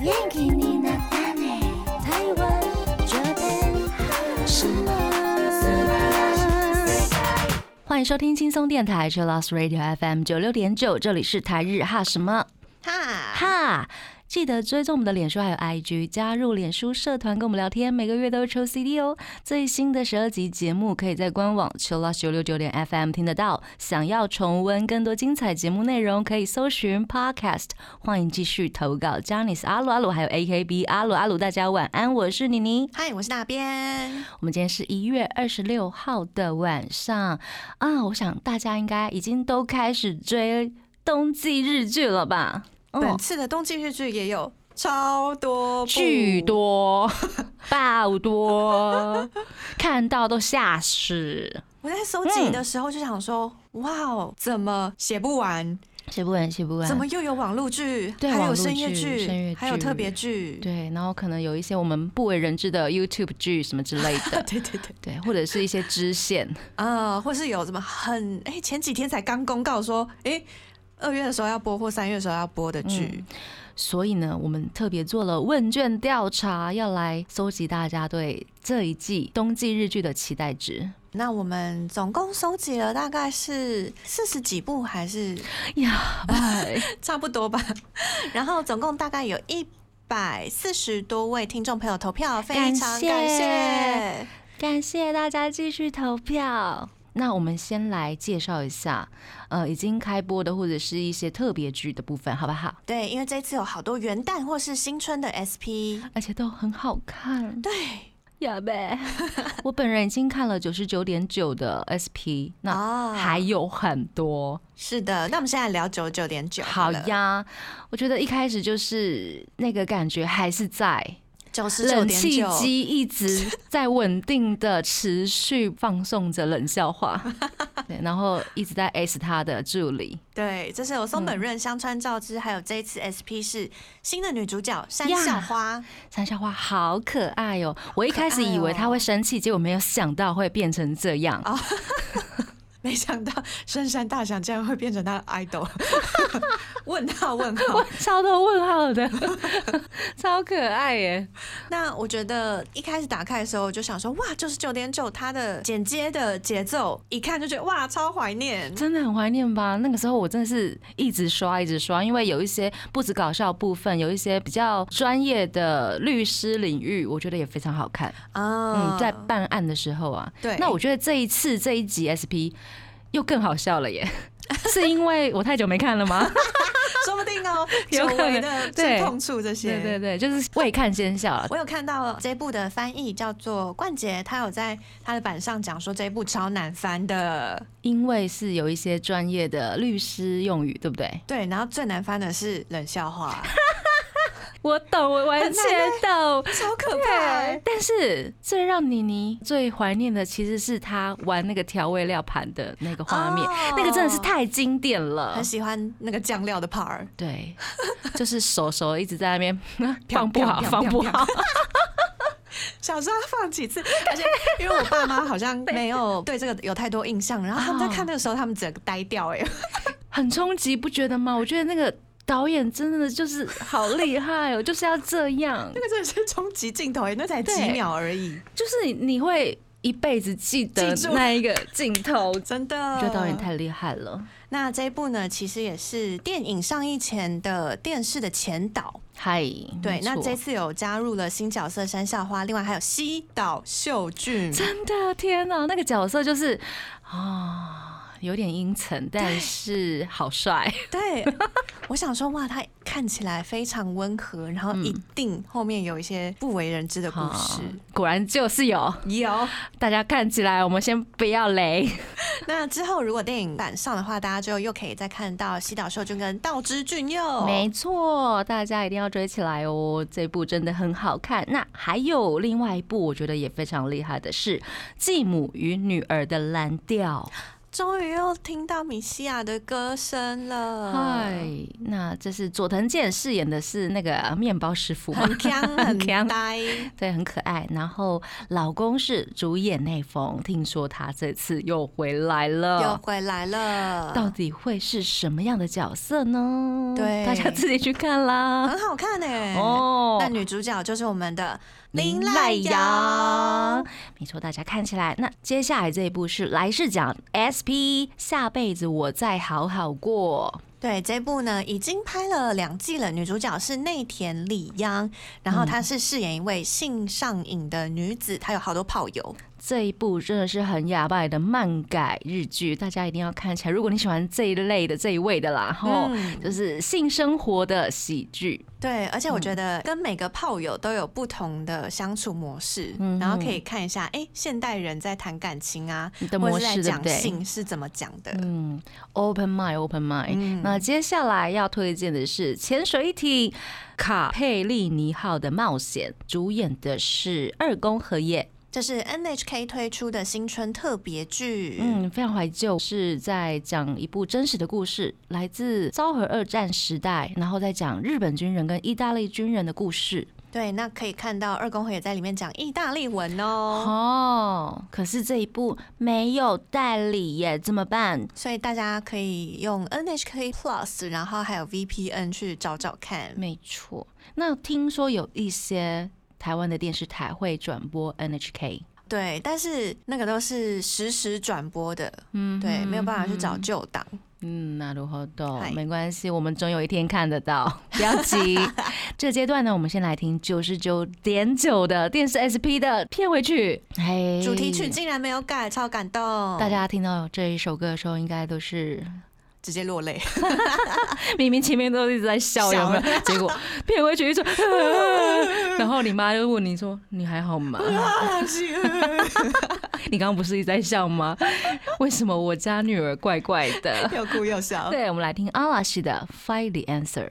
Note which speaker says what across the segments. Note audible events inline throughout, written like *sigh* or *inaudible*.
Speaker 1: 元気になったね台湾这边什么？
Speaker 2: 欢迎收听轻松电台 c h i l l o s Radio FM 九六点九，这里是台日哈什么
Speaker 3: 哈，
Speaker 2: 哈。记得追踪我们的脸书还有 IG，加入脸书社团跟我们聊天，每个月都会抽 CD 哦。最新的十二集节目可以在官网 c h i l l o s 九六九点 FM 听得到。想要重温更多精彩节目内容，可以搜寻 Podcast。欢迎继续投稿 j a n i c e 阿鲁阿鲁还有 AKB 阿鲁阿鲁，大家晚安，我是妮妮。
Speaker 3: 嗨，我是那边。
Speaker 2: 我们今天是一月二十六号的晚上啊，我想大家应该已经都开始追冬季日剧了吧？哦
Speaker 3: 本，次的冬季日剧也有超多部
Speaker 2: 巨， *laughs* 多爆多，看到都吓死。
Speaker 3: 我在搜
Speaker 2: 嗯
Speaker 3: 集的时候就想说，哇哦，怎么写不完？
Speaker 2: 写不完，写不完。
Speaker 3: 怎么又有网络剧，
Speaker 2: 对
Speaker 3: 还
Speaker 2: 网
Speaker 3: 有
Speaker 2: 络
Speaker 3: 深夜
Speaker 2: 剧深夜
Speaker 3: 剧，还有
Speaker 2: 剧
Speaker 3: 特别剧？
Speaker 2: 对，然后可能有一些我们不为人知的 YouTube 剧什么之类的，
Speaker 3: 对对对，
Speaker 2: *laughs* 对，或者是一些支线，
Speaker 3: 呃，或是有什么很哎，前几天才刚公告说，哎，二月的时候要播或三月的时候要播的
Speaker 2: 嗯
Speaker 3: 剧，
Speaker 2: 所以呢，我们特别做了问卷调查，要来搜集大家对这一季冬季日剧的期待值。
Speaker 3: 那我们总共收集了大概是四十几部，还是
Speaker 2: *laughs* 呀，哎
Speaker 3: 差不多吧。 *laughs* 然后总共大概有一百四十多位听众朋友投票，非常
Speaker 2: 感谢
Speaker 3: 感谢。
Speaker 2: *laughs* 感谢大家继续投票。那我们先来介绍一下，呃，已经开播的或者是一些特别剧的部分，好不好？
Speaker 3: 对，因为这一次有好多元旦或是新春的 SP，
Speaker 2: 而且都很好看，
Speaker 3: 对，
Speaker 2: 呀呗！ *laughs* 我本人已经看了九十九点九的 SP，那
Speaker 3: 啊
Speaker 2: 还有很多。
Speaker 3: 是的。那我们现在聊九九点九，
Speaker 2: 好，呀，我觉得一开始就是那个感觉还是在，
Speaker 3: 九十九
Speaker 2: 冷
Speaker 3: 点
Speaker 2: 气
Speaker 3: 九，
Speaker 2: 机一
Speaker 3: *laughs*
Speaker 2: 直在稳定的持续放送着冷笑
Speaker 3: *laughs*
Speaker 2: 话，对，然后一直在 S 他的助理
Speaker 3: 对，这是有松本润、香川照之，还有这一次 SP 是新的女主角山
Speaker 2: 呀
Speaker 3: 校花，
Speaker 2: 山笑花好可爱哦、我一开始以为
Speaker 3: 好可爱哦哦
Speaker 2: 他会生气，结果没有想到会变成这样。
Speaker 3: 没想到深山大响竟然会变成她的 idol，问号问号。
Speaker 2: 超多问号
Speaker 3: *laughs*
Speaker 2: 的，超可爱耶！
Speaker 3: 那我觉得一开始打开的时候，我就想说，哇，就是九点九，它的剪接的节奏，一看就觉得哇，超怀念。
Speaker 2: 真的很怀念吧？那个时候我真的是一直刷，一直刷，因为有一些不止搞笑部分，有一些比较专业的律师领域，我觉得也非常好看。
Speaker 3: 啊
Speaker 2: 嗯，在办案的时候啊，
Speaker 3: 对，
Speaker 2: 那我觉得这一次这一集 SP 又更好笑 *laughs* 了耶，是因为我太久没看了吗？
Speaker 3: 说不定哦，久
Speaker 2: *laughs* 有可能
Speaker 3: 违的
Speaker 2: 对
Speaker 3: 最痛处这些。
Speaker 2: 对对对， *laughs* 就是未看先笑啊了。
Speaker 3: 我有看到这部的翻译叫做冠杰，他有在他的板上讲说这部超难翻的，
Speaker 2: 因为是有一些专业的律师用语，对不对？
Speaker 3: 对，然后最难翻的是冷
Speaker 2: *laughs*
Speaker 3: 笑话，
Speaker 2: 我懂，我完全懂。
Speaker 3: 超可
Speaker 2: 啊
Speaker 3: 怕。欸
Speaker 2: 但是最让妮妮最怀念的其实是她玩那个调味料盘的那个画面，
Speaker 3: 哦
Speaker 2: 那个真的是太经典了
Speaker 3: 很。喜欢那个酱料的 part，
Speaker 2: 对，就是手手一直在那
Speaker 3: *laughs*
Speaker 2: 边放不好，
Speaker 3: 砰砰
Speaker 2: 放不
Speaker 3: 砰
Speaker 2: 好。
Speaker 3: 小时候放
Speaker 2: *laughs*
Speaker 3: 几次，而且因为我爸妈好像没有对这个有太多印象，然后他们在看
Speaker 2: 哦
Speaker 3: 那个时候，他们整个呆掉哎、 *laughs*
Speaker 2: 很冲击，不觉得吗？我觉得那个导演真的就是好厉害哦，就是要这样
Speaker 3: 那，个真的是冲击镜头哎、那才几
Speaker 2: 对
Speaker 3: 秒
Speaker 2: *laughs*
Speaker 3: 而已，
Speaker 2: 就是你会一辈子记得
Speaker 3: 记住嗯
Speaker 2: 那一个镜
Speaker 3: *laughs*
Speaker 2: 头。我
Speaker 3: 真的。
Speaker 2: 觉得导演太厉害了。
Speaker 3: 那这一部呢，其实也是电影上映前的电视的前导。
Speaker 2: 嗨，
Speaker 3: 对，
Speaker 2: 没
Speaker 3: 那
Speaker 2: 错
Speaker 3: 这次有加入了新角色山下花，另外还有西岛秀俊。
Speaker 2: 真的天哪，那个角色就是啊、有点阴沉，但是好帅。
Speaker 3: 对， *laughs* 我想说哇，他看起来非常温和，然后
Speaker 2: 嗯
Speaker 3: 一定后面有一些不为人知的故事。
Speaker 2: 哦果然就是有，
Speaker 3: 有，
Speaker 2: 大家看起来我们先不要雷。
Speaker 3: *laughs* 那之后如果电影版上的话，大家就又可以再看到西岛秀俊跟道之俊佑。
Speaker 2: 没错，大家一定要追起来哦！这部真的很好看。那还有另外一部，我觉得也非常厉害的是《继母与女儿的蓝调》
Speaker 3: 终于又听到米西亚的歌声了，
Speaker 2: 嗨，那这是佐藤健饰演的是那个呃面包师傅嘛？*laughs*
Speaker 3: 很强很
Speaker 2: 强
Speaker 3: 呆，
Speaker 2: 对，很可爱。然后老公是主演内丰，听说他这次又回来
Speaker 3: 又
Speaker 2: 了。
Speaker 3: 回来了，
Speaker 2: 到底会是什么样的角色呢？
Speaker 3: 对
Speaker 2: 大家自己去看啦。
Speaker 3: 很好看哎、
Speaker 2: 哦
Speaker 3: 那女主角就是我们的
Speaker 2: 林
Speaker 3: 濑
Speaker 2: 濑遥，没错，大家看起来。那接下来这一部是来世奖 SP，下辈子我再好好过。
Speaker 3: 对，这部呢已经拍了两季了，女主角是内田里央，然后
Speaker 2: 嗯
Speaker 3: 她是饰演一位性上瘾的女子，她有好多炮友。
Speaker 2: 这一部真的是很哑巴的漫改日剧，大家一定要看起来。如果你喜欢这一类的这一位的啦，吼、
Speaker 3: 嗯
Speaker 2: 就是性生活的喜剧，
Speaker 3: 对，而且我
Speaker 2: 嗯
Speaker 3: 觉得跟每个炮友都有不同的相处模式，
Speaker 2: 嗯
Speaker 3: 然后可以看一下，哎、现代人在谈感情啊，
Speaker 2: 你的
Speaker 3: 或
Speaker 2: 模
Speaker 3: 者是
Speaker 2: 式
Speaker 3: 在
Speaker 2: 对不对？
Speaker 3: 讲性是怎么讲的。
Speaker 2: 嗯，open mind，open mind。
Speaker 3: 嗯
Speaker 2: 那接下来要推荐的是《潜水艇卡佩利尼号的冒险》，主演的是二宫和也。
Speaker 3: 这是 NHK 推出的新春特别剧，
Speaker 2: 嗯，非常怀旧，是在讲一部真实的故事，来自昭和二战时代，然后再讲日本军人跟意大利军人的故事。
Speaker 3: 对，那可以看到二宫和也在里面讲意大利文哦，
Speaker 2: 哦，可是这一部没有代理耶，怎么办？
Speaker 3: *laughs* 所以大家可以用 NHK Plus，然后还有 VPN 去找找看。
Speaker 2: 没错，那听说有一些台湾的电视台会转播 NHK。
Speaker 3: 对，但是那个都是实时转播的，
Speaker 2: 嗯
Speaker 3: 对，没有办法去找旧档。
Speaker 2: 嗯，なるほ
Speaker 3: 嗨
Speaker 2: ど，没关系，我们总有一天看得
Speaker 3: *laughs*
Speaker 2: 到，不要急。这个阶段呢，我们先来听九十九点九的电视 SP 的片尾曲，嘿，
Speaker 3: 主题曲竟然没有改，超感动，
Speaker 2: 嗯大家听到这一首歌的时候，应该都是 *laughs*
Speaker 3: 直接落泪。
Speaker 2: 明明前面都一直在笑，有没有？结果片尾
Speaker 3: *laughs*
Speaker 2: 曲一出， *laughs* 啊然后你妈就问你说：“你还 *laughs* 好吗？ *laughs* 你刚刚不是一直在笑吗？ *laughs* 为什么我家女儿怪怪的？”
Speaker 3: 又哭又笑。
Speaker 2: *laughs* 对，我们来听阿拉西的《Find the Answer》。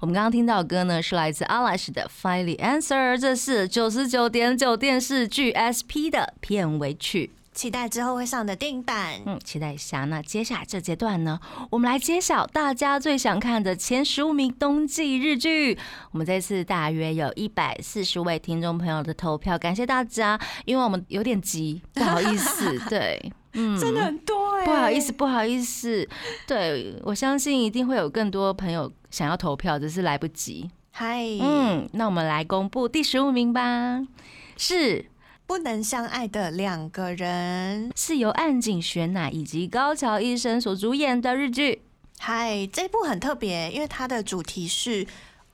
Speaker 2: 我们刚刚听到的歌呢，是来自阿拉西的《Find the Answer》，这是九十九点九电视剧 SP 的片尾曲。
Speaker 3: 期待之后会上的定版。
Speaker 2: 嗯，期待一下。那接下来这阶段呢，我们来揭晓大家最想看的前十五名冬季日剧。我们这次大约有一百四十位听众朋友的投票，感谢大家，因为我们有点急，不好意思，对，嗯，
Speaker 3: 真的很多哎、
Speaker 2: 不好意思，，不好意思，对我相信一定会有更多朋友想要投票，只是来不及。
Speaker 3: 嗨，
Speaker 2: 嗯，那我们来公布第十五名吧，是
Speaker 3: 不能相爱的两个人，
Speaker 2: 是由岸井玄乃以及高桥医生所主演的日剧。
Speaker 3: 嗨，这部很特别，因为它的主题是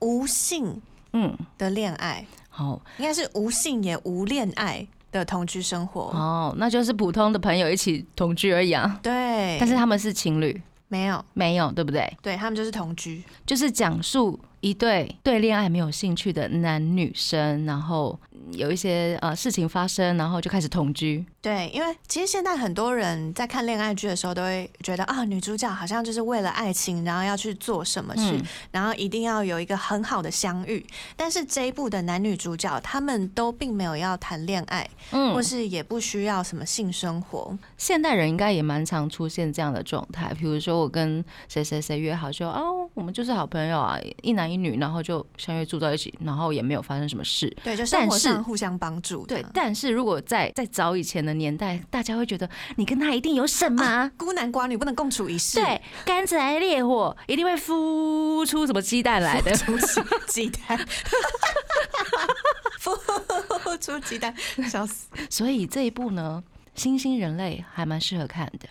Speaker 3: 无性
Speaker 2: 嗯，
Speaker 3: 的恋爱，
Speaker 2: 好
Speaker 3: 应该是无性也无恋爱的同居生活。
Speaker 2: 哦，那就是普通的朋友一起同居而已啊。
Speaker 3: 对，
Speaker 2: 但是他们是情侣，
Speaker 3: 没有，
Speaker 2: 没有对不对？
Speaker 3: 对他们就是同居。
Speaker 2: 就是讲述一对对恋爱没有兴趣的男女生，然后有一些呃事情发生，然后就开始同居。
Speaker 3: 对，因为其实现在很多人在看恋爱剧的时候，都会觉得啊，女主角好像就是为了爱情，然后要去做什么事，
Speaker 2: 嗯
Speaker 3: 然后一定要有一个很好的相遇。但是这一部的男女主角，他们都并没有要谈恋爱，
Speaker 2: 嗯
Speaker 3: 或是也不需要什么性生活。
Speaker 2: 现代人应该也蛮常出现这样的状态，比如说我跟谁谁谁约好说哦，我们就是好朋友啊，一男一女，然后就相约住在一起，然后也没有发生什么事。
Speaker 3: 对，就生活
Speaker 2: 但是
Speaker 3: 上互相帮助这
Speaker 2: 对
Speaker 3: 样。，
Speaker 2: 但是如果在在早以前的年代，大家会觉得你跟他一定有什么，啊
Speaker 3: 孤男寡女不能共处一室。
Speaker 2: 对，干柴烈火一定会孵出什么鸡蛋来的。
Speaker 3: 孵出鸡蛋， *laughs* 孵出鸡蛋，笑死。
Speaker 2: *laughs* 所以这一部呢，新兴人类还蛮适合看的。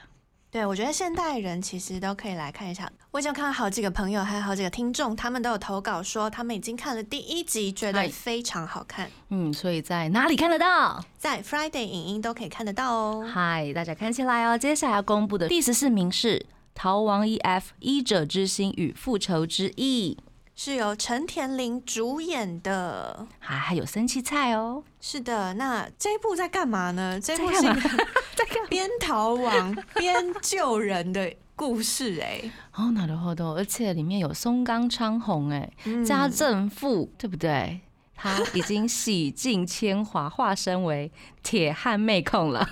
Speaker 3: 对，我觉得现代人其实都可以来看一下。我已经看到好几个朋友，还有好几个听众，他们都有投稿说他们已经看了第一集，觉得
Speaker 2: 嗨
Speaker 3: 非常好看，
Speaker 2: 嗯，所以在哪里看得到？
Speaker 3: 在 Friday 影音都可以看得到哦。
Speaker 2: 嗨，大家看起来哦，接下来要公布的第十四名是《逃亡 EF》《医者之心与复仇之意
Speaker 3: 是由陈田玲主演的。》，
Speaker 2: 啊，还有生气菜哦。
Speaker 3: 是的，那这一部在干嘛呢？这一
Speaker 2: *laughs*
Speaker 3: 部
Speaker 2: 在
Speaker 3: 是
Speaker 2: 干
Speaker 3: 一个边逃亡边救人的故事、哎，
Speaker 2: 哦，哪的活动，而且里面有松冈昌宏哎，
Speaker 3: 嗯
Speaker 2: 家政妇，对不对？他已经洗尽铅华，化身为铁汉妹控了。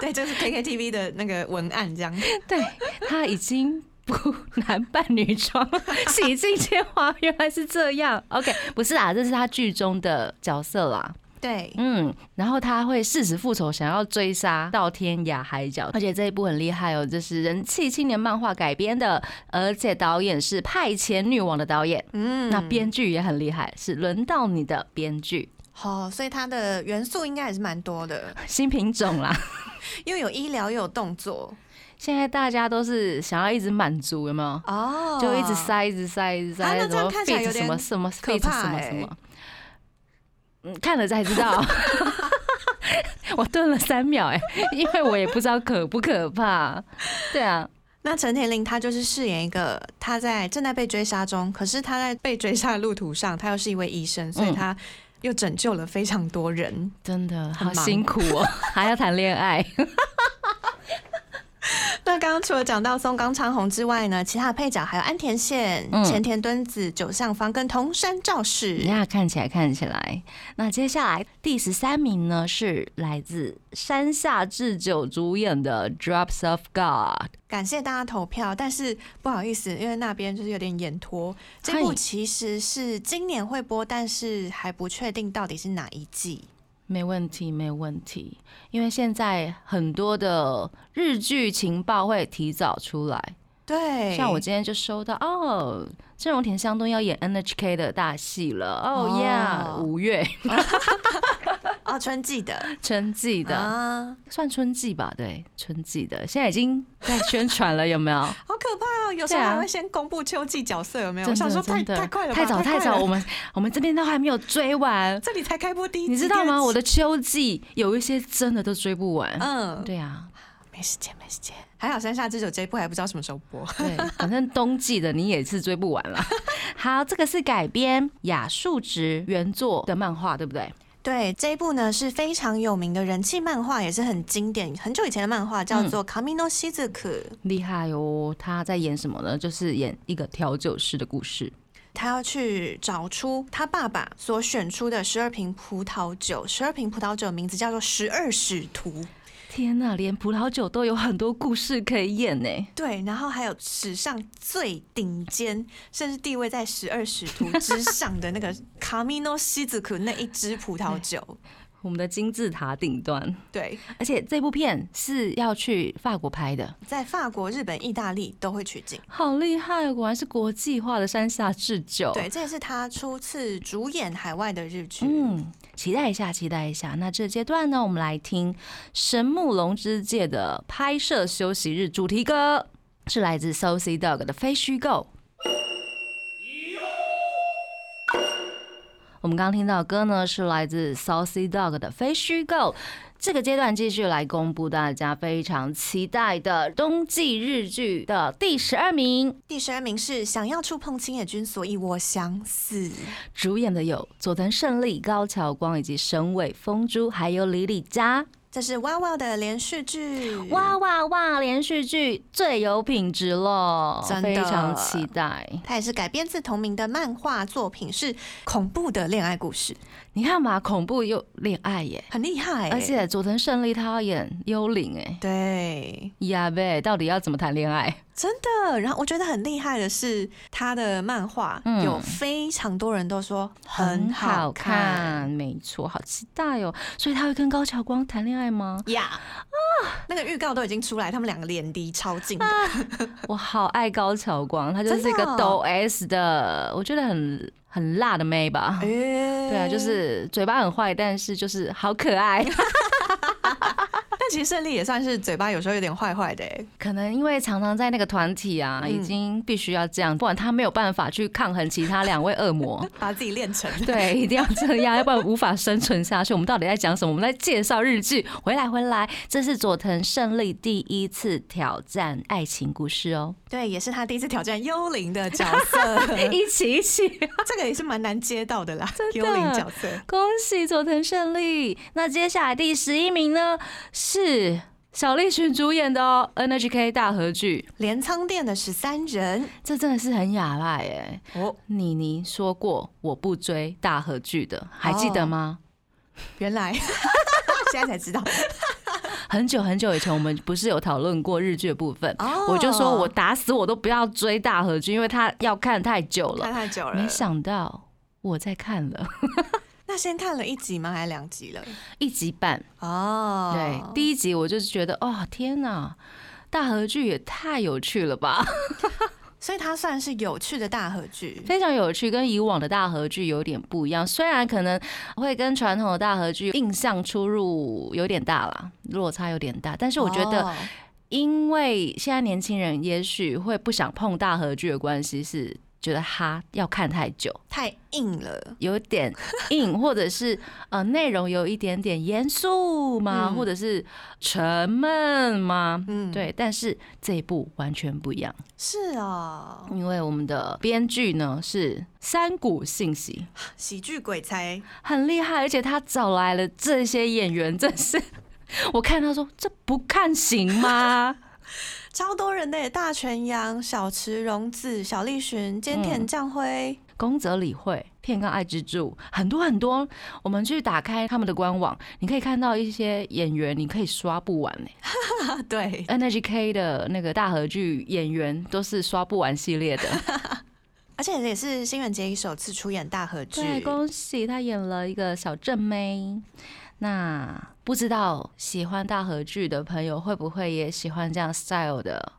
Speaker 3: 对，就是 KKTV 的那个文
Speaker 2: *laughs*
Speaker 3: 案这样。
Speaker 2: 对他已经不 *laughs* 男扮女装，洗尽铅华，原来是这样。OK，不是啦，这是他剧中的角色啦。
Speaker 3: 对，
Speaker 2: 嗯，然后他会誓死复仇，想要追杀到天涯海角。而且这一部很厉害哦，这是人气青年漫画改编的，而且导演是《派遣女王》的导演，
Speaker 3: 嗯
Speaker 2: 那编剧也很厉害，是轮到你的编剧
Speaker 3: 好、所以它的元素应该也是蛮多的，
Speaker 2: 新品种啦。 *laughs*
Speaker 3: 因为有医疗又有动作
Speaker 2: 现在大家都是想要一直满足，有没有？
Speaker 3: 哦
Speaker 2: 就一直。塞，一直塞，一直
Speaker 3: 啊
Speaker 2: 塞，
Speaker 3: 那
Speaker 2: 什
Speaker 3: 这样
Speaker 2: 么
Speaker 3: 看起来
Speaker 2: fit
Speaker 3: 有
Speaker 2: 什么
Speaker 3: 点
Speaker 2: 什么
Speaker 3: 可
Speaker 2: fit
Speaker 3: 怕
Speaker 2: 什么
Speaker 3: 欸
Speaker 2: 什么，嗯，看了才知道。 *laughs* 我顿了三秒、哎，因为我也不知道可不可怕。对啊，
Speaker 3: 那陈田玲她就是饰演一个，她在正在被追杀中，可是她在被追杀的路途上，她又是一位医生，所以
Speaker 2: 嗯
Speaker 3: 她又拯救了非常多人。 *laughs*
Speaker 2: 真的
Speaker 3: 很
Speaker 2: 好
Speaker 3: 忙
Speaker 2: 辛苦 *laughs* 哦、还要谈恋爱。
Speaker 3: 那刚刚除了讲到松冈昌宏之外呢，其他的配角还有安田宪、
Speaker 2: 嗯
Speaker 3: 前田敦子、九相方跟桐山照
Speaker 2: 等
Speaker 3: 史
Speaker 2: 一。下看起来，看起来。那接下来第十三名呢，是来自山下智久主演的《Drops of God》。
Speaker 3: 感谢大家投票，但是不好意思，因为那边就是有点眼拖。这部
Speaker 2: 嗨
Speaker 3: 其实是今年会播，但是还不确定到底是哪一季。
Speaker 2: 没问题，没问题，因为现在很多的日剧情报会提早出来，
Speaker 3: 对，
Speaker 2: 像我今天就收到哦，郑容田香敦要演 NHK 的大戏了，
Speaker 3: 哦
Speaker 2: 哦呀，五月 *laughs*
Speaker 3: 哦，春季的
Speaker 2: 春季的，
Speaker 3: 啊，
Speaker 2: 算春季吧，对，春季的，现在已经在宣传了，有没有？
Speaker 3: 好可怕哦！有时候
Speaker 2: 对啊
Speaker 3: 还会先公布秋季角色，有 *laughs* 没有？我
Speaker 2: 真
Speaker 3: 想说
Speaker 2: 的，
Speaker 3: 太
Speaker 2: 真的，
Speaker 3: 太快了吧，
Speaker 2: 太早太
Speaker 3: 快
Speaker 2: 早，
Speaker 3: 了
Speaker 2: 我们我们这边都还没有追
Speaker 3: *laughs*
Speaker 2: 完，
Speaker 3: 这里才开播第一，
Speaker 2: 你知道吗？我
Speaker 3: 的
Speaker 2: 的秋季有一些真的都追不完，
Speaker 3: 嗯，
Speaker 2: 对啊，
Speaker 3: 没时间，没时间。还好山下智久这一部还不知道什么时候
Speaker 2: *laughs*
Speaker 3: 播。
Speaker 2: 对，反正冬季的你也是追不完 *laughs* 了。好，这个是改编雅树直原作的漫画，对不对？
Speaker 3: 对，这一部呢是非常有名的人气漫画，也是很经典、很久以前的漫画，叫做《卡米诺西子克》。
Speaker 2: 厉害哦！他在演什么呢？就是演一个调酒师的故事。
Speaker 3: 他要去找出他爸爸所选出的十二瓶葡萄酒，十二瓶葡萄酒的名字叫做十二使徒。
Speaker 2: 天呐，连葡萄酒都有很多故事可以演呢！
Speaker 3: 对，然后还有史上最顶尖，甚至地位在十二使徒
Speaker 2: *laughs*
Speaker 3: 之上的那个卡米诺西子库那一支葡萄酒。
Speaker 2: 我们的金字塔顶端，
Speaker 3: 对，
Speaker 2: 而且这部片是要去法国拍的，
Speaker 3: 在法国、日本、意大利都会取景。
Speaker 2: 好厉害哦！果然是国际化的山下智久。
Speaker 3: 对，这也是他初次主演海外的日剧。
Speaker 2: 嗯，期待一下，期待一下。那这阶段呢，我们来听《神木龙之介》的拍摄休息日主题歌，是来自 Saucy Dog 的《非虚构》。我们刚刚听到的歌呢，是来自 Saucy Dog 的《非虚构》。这个阶段继续来公布大家非常期待的冬季日剧的第十二名，
Speaker 3: 第十二名是想要触碰青野君，所以我想死。
Speaker 2: 主演的有佐藤胜利、高桥光以及神尾丰珠，还有李李佳。
Speaker 3: 这是哇哇的连续剧。
Speaker 2: 哇哇哇！连续剧最有品质了，
Speaker 3: 真的
Speaker 2: 非常期待。
Speaker 3: 它也是改编自同名的漫画作品，是恐怖的恋爱故事，
Speaker 2: 你看嘛，恐怖又恋爱耶，
Speaker 3: 很厉害欸、
Speaker 2: 而且佐藤胜利他要演幽灵哎，
Speaker 3: 对，
Speaker 2: 呀呗，到底要怎么谈恋爱？
Speaker 3: 真的。然后我觉得很厉害的是，他的漫画、
Speaker 2: 嗯
Speaker 3: 有非常多人都说很好
Speaker 2: 好
Speaker 3: 看
Speaker 2: 看，没错，好期待哦。所以他会跟高桥光谈恋爱 *laughs* 吗？
Speaker 3: 呀啊！那个预告都已经出来，他们两个脸离超近的，
Speaker 2: 我好爱高桥光，他就是一个
Speaker 3: 真的哦
Speaker 2: 抖 S 的，我觉得很很辣的妹吧。对
Speaker 3: 对
Speaker 2: 啊，就。是嘴巴很坏，但是就是好可爱。
Speaker 3: 但其实胜利也算是嘴巴有时候有点坏坏的、欸，
Speaker 2: 可能因为常常在那个团体啊，
Speaker 3: 嗯。
Speaker 2: 已经必须要这样，不然他没有办法去抗衡其他两位恶魔
Speaker 3: 把自己练成。
Speaker 2: 对，一定要这样，要不然无法生存下去。我们到底在讲什么？我们在介绍日剧。回来，回来，这是佐藤胜利第一次挑战爱情故事哦，哎
Speaker 3: 对，也是他第一次挑战幽灵的角色，
Speaker 2: 一起一起。
Speaker 3: *laughs* 这个也是蛮难接到的啦，幽灵角色。
Speaker 2: 恭喜佐藤胜利！那接下来第十一名呢是小栗旬主演的哦，NHK 大合剧，
Speaker 3: 镰仓店的十三人
Speaker 2: 这真的是很哑巴哎。
Speaker 3: 哦，
Speaker 2: 妮妮说过我不追大合剧的，还记得
Speaker 3: 哦
Speaker 2: 吗？
Speaker 3: 原 *laughs* 来现在才知道
Speaker 2: 很久很久以前，我们不是有讨论过日剧的部分，
Speaker 3: 哦
Speaker 2: 我就说我打死我都不要追大合剧，因为他要看太久
Speaker 3: 看
Speaker 2: 了。
Speaker 3: 太久了
Speaker 2: 没。想到我在看了 *laughs*
Speaker 3: 那先看了一集吗？还是两集了？
Speaker 2: 一集半，
Speaker 3: 哦，
Speaker 2: 对，第一集我就觉得，哦天哪，大合剧也太有趣了吧！ *laughs*
Speaker 3: 所以它算是有趣的大合剧。
Speaker 2: 非常有趣，跟以往的大合剧有点不一样。虽然可能会跟传统的大合剧印象出入有点大啦，落差有点大，但是我觉得，
Speaker 3: 哦
Speaker 2: 因为现在年轻人也许会不想碰大合剧的关系是。觉得哈要看太久，
Speaker 3: 太硬了。
Speaker 2: 有点硬，或者是呃内容有一点点严肃吗？
Speaker 3: 嗯
Speaker 2: 或者是沉闷吗？
Speaker 3: 嗯，，
Speaker 2: 对，但是这一部完全不一样，
Speaker 3: 是啊、
Speaker 2: 因为我们的编剧呢是山谷信息，
Speaker 3: 喜剧鬼才
Speaker 2: 很厉害，而且他找来了这些演员，真是我看他说这不看行吗？
Speaker 3: 超多人的耶大泉洋、小池荣子、小栗旬、菅田将晖，
Speaker 2: 宫泽理惠、片冈爱之助，很多很多，我们去打开他们的官网，你可以看到一些演员，你可以刷不完呢、
Speaker 3: 啊，对，
Speaker 2: NHK 的那个大合剧演员都是刷不完系列的，
Speaker 3: 而且也是新垣结衣首次出演大合
Speaker 2: *laughs*
Speaker 3: 剧，
Speaker 2: 对，恭喜他演了一个小正妹。那不知道喜欢大合剧的朋友会不会也喜欢这样 style 的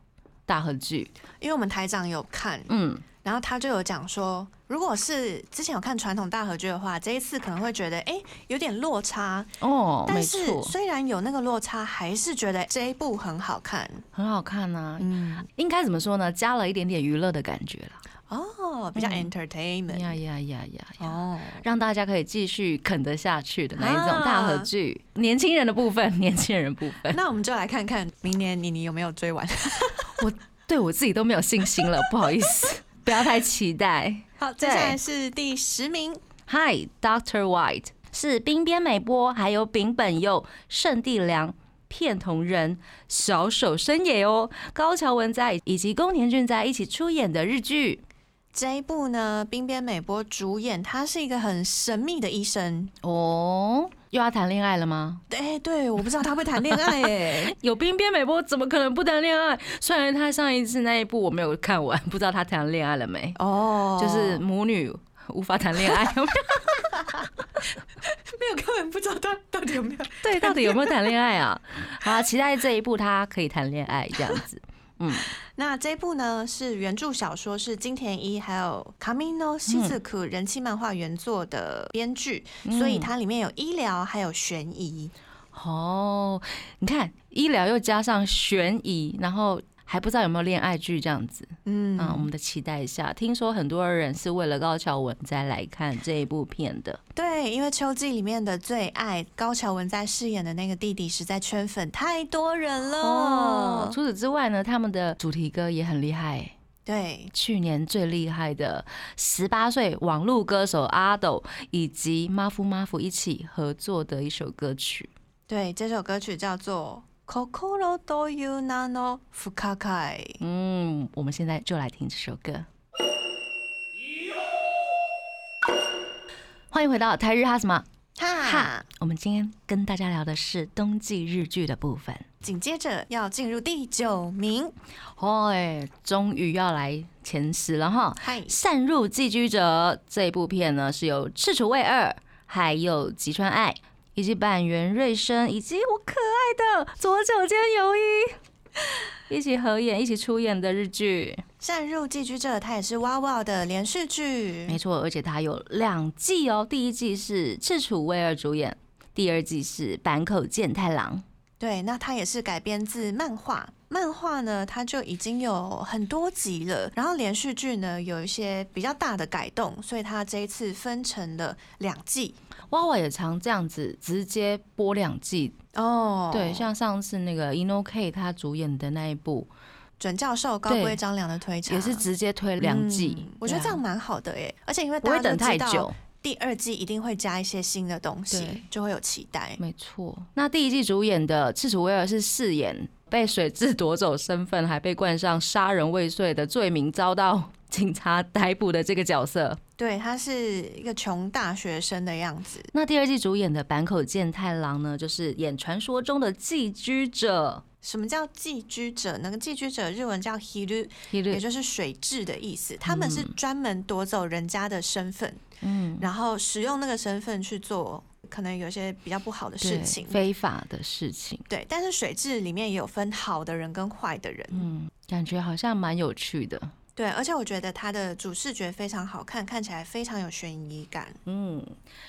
Speaker 2: 大合剧？
Speaker 3: 因为我们台长有看，
Speaker 2: 嗯，
Speaker 3: 然后他就有讲说，如果是之前有看传统大合剧的话，这一次可能会觉得哎、诶有点落差，
Speaker 2: 哦，
Speaker 3: 但
Speaker 2: 没
Speaker 3: 是
Speaker 2: 错，
Speaker 3: 虽然有那个落差，还是觉得这一部很好看。
Speaker 2: 很好看呐、
Speaker 3: 嗯，
Speaker 2: 应该怎么说呢？加了一点点娱乐的感觉啦。
Speaker 3: 哦，比较
Speaker 2: 嗯
Speaker 3: entertainment，、
Speaker 2: 呀呀呀呀呀！ *laughs*
Speaker 3: 哦，
Speaker 2: 让大家可以继续啃得下去的那一种
Speaker 3: 啊
Speaker 2: 大合剧，年轻人的部分， *laughs* 年轻人部分，
Speaker 3: 那我们就来看看明年妮妮有没有追完。 *laughs*
Speaker 2: 对我自己都没有信心了，不好意思， *laughs* 不要太期待。
Speaker 3: 好，接下来是第十名，
Speaker 2: Hi, Doctor White 是冰边美波，还有丙本佑、圣地良、片桐人、小手伸也哦，高桥文哉以及宫田俊哉一起出演的日剧
Speaker 3: 这一部呢，冰边美波主演，他是一个很神秘的医生。
Speaker 2: 哦。又要谈恋爱了吗？
Speaker 3: 哎、对，我不知道他会谈恋爱
Speaker 2: *laughs*
Speaker 3: 哎
Speaker 2: 有冰边美波怎么可能不谈恋爱？虽然他上一次那一部我没有看完，不知道他谈恋爱了没，
Speaker 3: 哦
Speaker 2: 就是母女无法谈恋爱，
Speaker 3: 没有根本不知道他到底有没有。
Speaker 2: *laughs* 对，到底有没有谈恋爱啊？ *laughs* 好啊，期待这一部他可以谈恋爱这样子。
Speaker 3: 那这一部呢是原著小说是金田一还有卡米诺西子库人气漫画原作的编剧，所以它里面有医疗还有悬疑。
Speaker 2: *laughs* 哦，你看医疗又加上悬疑，然后还不知道有没有恋爱剧这样子。
Speaker 3: 嗯，
Speaker 2: 嗯，我们的期待一下。听说很多人是为了高桥文哉来看这一部片的。
Speaker 3: 对，因为《秋季》里面的最爱高桥文在饰演的那个弟弟实在圈粉太多人了。
Speaker 2: 哦，除此之外呢，他们的主题歌也很厉害。
Speaker 3: 对，
Speaker 2: 去年最厉害的十八岁网络歌手阿斗以及马夫马夫一起合作的一首歌曲。
Speaker 3: 对，这首歌曲叫做《Kokoro do you nano fukakai》。
Speaker 2: 嗯，我们现在就来听这首歌。欢迎回到台日哈什么哈
Speaker 3: 哈，？
Speaker 2: 我们今天跟大家聊的是冬季日剧的部分。
Speaker 3: 紧接着要进入第九名，
Speaker 2: 哎，终于要来前十了哈！
Speaker 3: 嗨，
Speaker 2: 《擅入寄居者》这一部片呢，是由赤楚卫二、还有吉川爱、以及板垣瑞生以及我可爱的左九间由一 *laughs* 一起合演、一起出演的日剧。
Speaker 3: 擅入寄居者，它也是哇哇的连续
Speaker 2: 没
Speaker 3: 剧。
Speaker 2: 错，而且它有两季哦。第一季是赤楚卫二主演，第二季是坂口健太郎。
Speaker 3: 对，那它也是改编自漫画。漫画呢，它就已经有很多集了，然后连续剧呢有一些比较大的改动，所以它这一次分成了两季
Speaker 2: 娃娃也常这样子直接播两季，
Speaker 3: 哦。
Speaker 2: 对，像上次那个 Ino K 他主演的那一部
Speaker 3: 准教授高
Speaker 2: 对
Speaker 3: 龟张良的推荐
Speaker 2: 也是直接推两季
Speaker 3: 嗯，我觉得这样
Speaker 2: 对啊
Speaker 3: 蛮好的耶。而且因为
Speaker 2: 不
Speaker 3: 大
Speaker 2: 会
Speaker 3: 家
Speaker 2: 等
Speaker 3: 都
Speaker 2: 太
Speaker 3: 知道
Speaker 2: 久，
Speaker 3: 第二季一定会加一些新的东
Speaker 2: 对
Speaker 3: 西，就会有期待。
Speaker 2: 没错。那第一季主演的赤楚威尔是饰演被水蛭夺走身份，还被冠上杀人未遂的罪名，遭到警察逮捕的这个角色。
Speaker 3: 对，他是一个穷大学生的样子，
Speaker 2: 那第二季主演的坂口健太郎呢，就是演传说中的寄居者，
Speaker 3: 什么叫寄居者？那个寄居者日文叫 hiru，也就是水蛭的意思。他们是专门夺走人家的身份，
Speaker 2: 嗯，
Speaker 3: 然后使用那个身份去做可能有一些比较不好的事
Speaker 2: 对
Speaker 3: 情。
Speaker 2: 非法的事情，
Speaker 3: 对，但是水蛭里面也有分好的人跟坏的人。
Speaker 2: 嗯，感觉好像蛮有趣的，
Speaker 3: 对，而且我觉得它的主视觉非常好看，看起来非常有悬疑感。
Speaker 2: 嗯，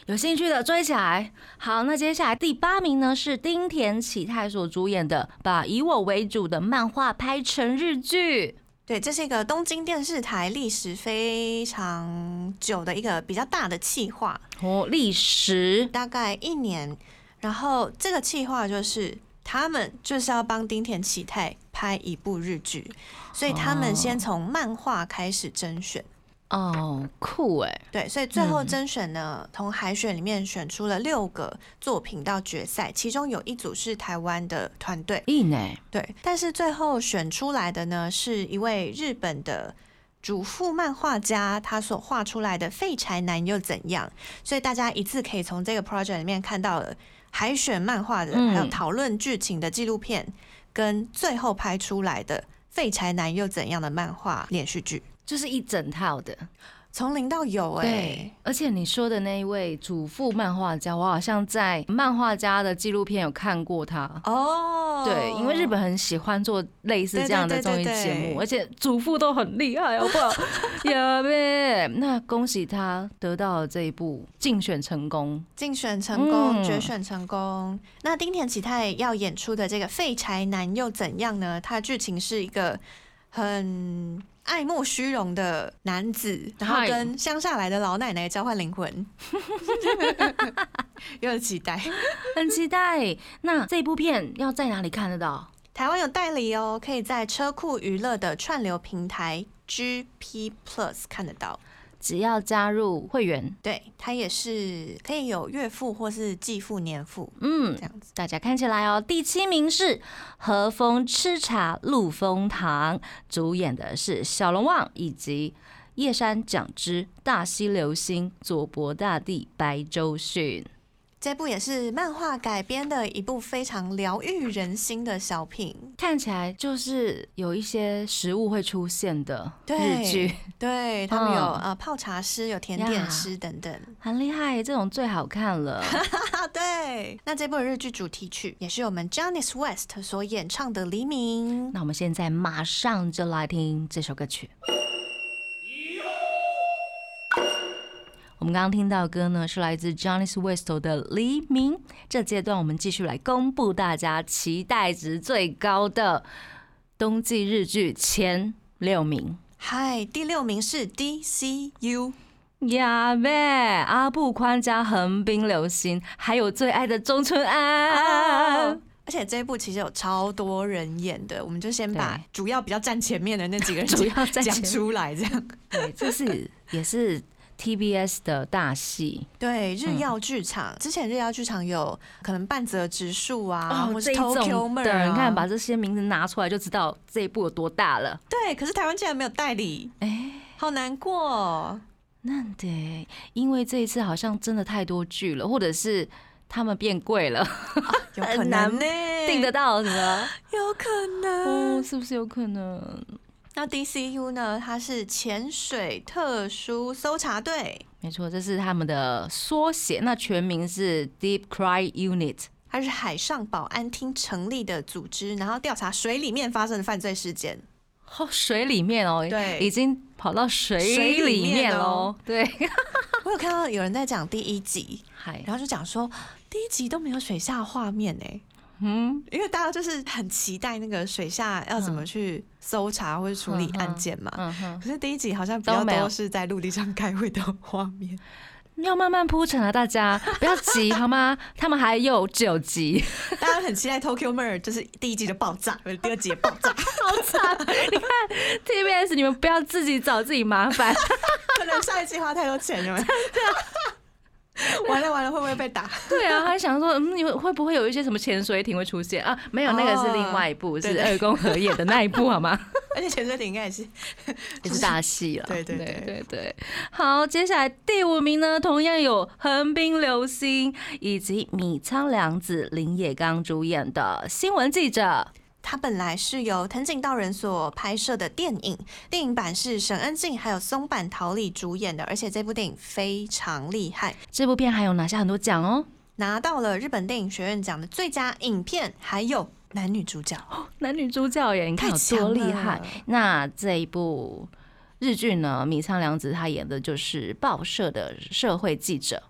Speaker 2: 有兴趣的追起来。好，那接下来第八名呢是丁田启泰所主演的，把以我为主的漫画拍成日剧。
Speaker 3: 对，这是一个东京电视台历史非常久的一个比较大的企划，
Speaker 2: 哦，历史
Speaker 3: 大概一年。然后这个企划就是他们就是要帮丁田启泰拍一部日剧，所以他们先从漫画开始甄选。
Speaker 2: 哦，酷哎，
Speaker 3: 对，所以最后
Speaker 2: 嗯
Speaker 3: 甄选呢，从海选里面选出了六个作品到决赛，其中有一组是台湾的团队。
Speaker 2: 硬哎，
Speaker 3: 对，但是最后选出来的呢，是一位日本的主妇漫画家，他所画出来的《废柴男又怎样》，所以大家一次可以从这个 project 里面看到了海选漫画的，还有
Speaker 2: 嗯
Speaker 3: 讨论剧情的纪录片，跟最后拍出来的《废柴男又怎样》的漫画连续剧，
Speaker 2: 就是一整套的。
Speaker 3: 从零到有哎、
Speaker 2: 对，而且你说的那一位主妇漫画家，我好像在漫画家的纪录片有看过他。
Speaker 3: 哦，
Speaker 2: 对，因为日本很喜欢做类似
Speaker 3: 对
Speaker 2: 这样
Speaker 3: 对
Speaker 2: 的综
Speaker 3: 对
Speaker 2: 艺
Speaker 3: 对
Speaker 2: 节目，
Speaker 3: 对
Speaker 2: 而且主妇都很厉害，好不
Speaker 3: *laughs*
Speaker 2: 好？呀呗，那恭喜他得到了这一部竞选成功。
Speaker 3: 竞选成
Speaker 2: 嗯
Speaker 3: 功，决选成功。那丁田启泰要演出的这个废柴男又怎样呢？他剧情是一个很爱慕虚荣的男子，然后
Speaker 2: 嗨
Speaker 3: 跟乡下来的老奶奶交换灵魂， *laughs* 有点期待。
Speaker 2: 很期待。那这部片要在哪里看得到？
Speaker 3: 台湾有代理哦，可以在车库娱乐的串流平台 GP Plus 看得到。
Speaker 2: 只要加入会员，
Speaker 3: 对，它也是可以有月付或是季付、年付
Speaker 2: 嗯
Speaker 3: 这，样子。
Speaker 2: 大家看起来哦，第七名是和风吃茶陆风堂，主演的是小龙旺以及叶山奖之、大西流星、佐伯大地、白周迅。
Speaker 3: 这部也是漫画改编的一部非常疗愈人心的小品。
Speaker 2: 看起来就是有一些食物会出现的日
Speaker 3: 对
Speaker 2: 剧，
Speaker 3: 对他们有、
Speaker 2: 嗯
Speaker 3: 呃泡茶师、有甜点师等等。 *laughs*
Speaker 2: 很厉害，这种最好看了。
Speaker 3: 啊，对。那这部日剧主题曲也是我们 Janice West 所演唱的《黎明》。
Speaker 2: 那我们现在马上就来听这首歌曲。我们刚刚听到的歌呢，是来自 Johnny West 的《黎明》。这阶段我们继续来公布大家期待值最高的冬季日剧前六名。
Speaker 3: 嗨，第六名是 DCU。
Speaker 2: 呀呗，阿布宽加横滨流星，还有最爱的中村安。
Speaker 3: 哦而且这一部其实有超多人演的，我们就先把主要比较站前面的那几个人
Speaker 2: 主要在
Speaker 3: 讲
Speaker 2: 前面
Speaker 3: 出来，这样。
Speaker 2: 对，这是也是 TBS 的大戏。
Speaker 3: 对，
Speaker 2: 嗯
Speaker 3: 日曜剧场、之前日曜剧场有可能半泽直树啊，
Speaker 2: 哦，
Speaker 3: 或
Speaker 2: 这
Speaker 3: 是
Speaker 2: 一
Speaker 3: Tokyo
Speaker 2: 种
Speaker 3: Mer
Speaker 2: 的，
Speaker 3: 啊，
Speaker 2: 你看把这些名字拿出来就知道这一部有多大了。
Speaker 3: 对，可是台湾竟然没有代理，
Speaker 2: 哎，
Speaker 3: 好难过哦、
Speaker 2: 那得，因为这一次好像真的太多剧了，或者是他们变贵了，
Speaker 3: 有可能呢、
Speaker 2: *laughs* 订得到什么？
Speaker 3: 有可能。
Speaker 2: 哦，是不是有可能？
Speaker 3: 那 DCU 呢？它是潜水特殊搜查队，
Speaker 2: 没错，这是他们的缩写，那全名是 Deep Cry Unit。
Speaker 3: 它是海上保安厅成立的组织，然后调查水里面发生的犯罪事件。
Speaker 2: 哦，水里面哦，
Speaker 3: 对
Speaker 2: 已经跑到水
Speaker 3: 水里
Speaker 2: 里
Speaker 3: 面
Speaker 2: 面喽
Speaker 3: 哦。
Speaker 2: *laughs* 对，
Speaker 3: 我有看到有人在讲第一集，
Speaker 2: 嗨，
Speaker 3: 然后就讲说第一集都没有水下画面哎、
Speaker 2: 嗯，
Speaker 3: 因为大家就是很期待那个水下要怎么去搜查或者处理案件嘛。
Speaker 2: 嗯哼，
Speaker 3: 可是第一集好像比较
Speaker 2: 都没有
Speaker 3: 多是在陆地上开会的画面。
Speaker 2: 要慢慢铺陈啊，大家不要 *laughs* 急好吗？他们还有九集。
Speaker 3: 大家很期待 Tokyo Mer 就是第一季的爆炸，第二季的爆炸，
Speaker 2: 好惨！你看 *laughs* TBS，你们不要自己找自己麻烦。
Speaker 3: 可能上一季花太多钱了。 *laughs* 完了完了，会不会被打？
Speaker 2: 对啊，还想说，嗯，你会不会有一些什么潜水艇会出现啊？没有，那个是另外一部，
Speaker 3: 哦对
Speaker 2: 是
Speaker 3: 对
Speaker 2: 二宫和也的那一部，好吗？
Speaker 3: 而且潜水艇应该也是
Speaker 2: *laughs* 也是大戏了。
Speaker 3: 对
Speaker 2: 对
Speaker 3: 对对
Speaker 2: 对对。好，接下来第五名呢，同样有横滨流星以及米仓凉子、林野刚主演的《新闻记者》。
Speaker 3: 它本来是由藤井道人所拍摄的电影，电影版是沈恩静还有松坂桃李主演的，而且这部电影非常厉害，
Speaker 2: 这部片还有拿下很多奖哦，
Speaker 3: 拿到了日本电影学院奖的最佳影片，还有男女主角，
Speaker 2: 男女主角耶，你看
Speaker 3: 太
Speaker 2: 有
Speaker 3: 强
Speaker 2: 多
Speaker 3: 了
Speaker 2: 厉害！！那这一部日剧呢，米仓凉子她演的就是报社的社会记者。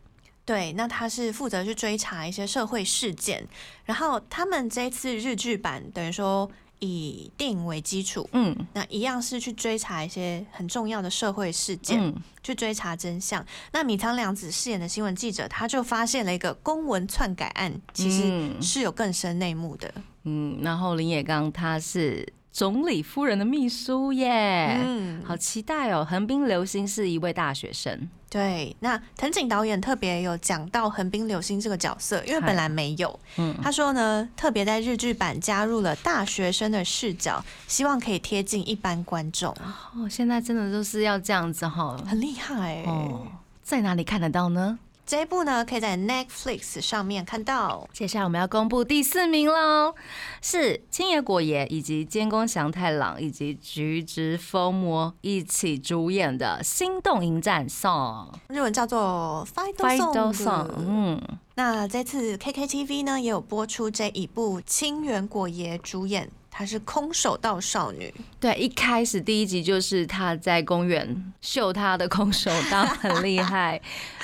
Speaker 3: 对，那他是负责去追查一些社会事件，然后他们这次日剧版等于说以电影为基础，
Speaker 2: 嗯
Speaker 3: 那一样是去追查一些很重要的社会事件。
Speaker 2: 嗯，
Speaker 3: 去追查真相。那米仓凉子饰演的新闻记者，他就发现了一个公文篡改案，其实
Speaker 2: 嗯
Speaker 3: 是有更深内幕的。
Speaker 2: 嗯，然后林野刚他是总理夫人的秘书耶。
Speaker 3: 嗯，
Speaker 2: 好期待哦！横滨流星是一位大学生，
Speaker 3: 对。那藤井导演特别有讲到横滨流星这个角色，因为
Speaker 2: 嗨
Speaker 3: 本来没有。
Speaker 2: 嗯
Speaker 3: 他说呢，特别在日剧版加入了大学生的视角，希望可以贴近一般观众，
Speaker 2: 哦，现在真的就是要这样子哈、
Speaker 3: 很厉害、
Speaker 2: 哦，在哪里看得到呢？
Speaker 3: 这一部呢，可以在 Netflix 上面看到。
Speaker 2: 接下来我们要公布第四名喽，是青野果耶以及监工祥太郎以及菊池风磨一起主演的《心动迎战 Song
Speaker 3: 日文叫做 Fight》
Speaker 2: （Fight
Speaker 3: Song，,
Speaker 2: Song）。嗯，
Speaker 3: 那这次 KKTV 呢也有播出这一部清源果爷主演，她是空手道少女，
Speaker 2: 对，一开始第一集就是他在公园秀他的空手道，很厉害。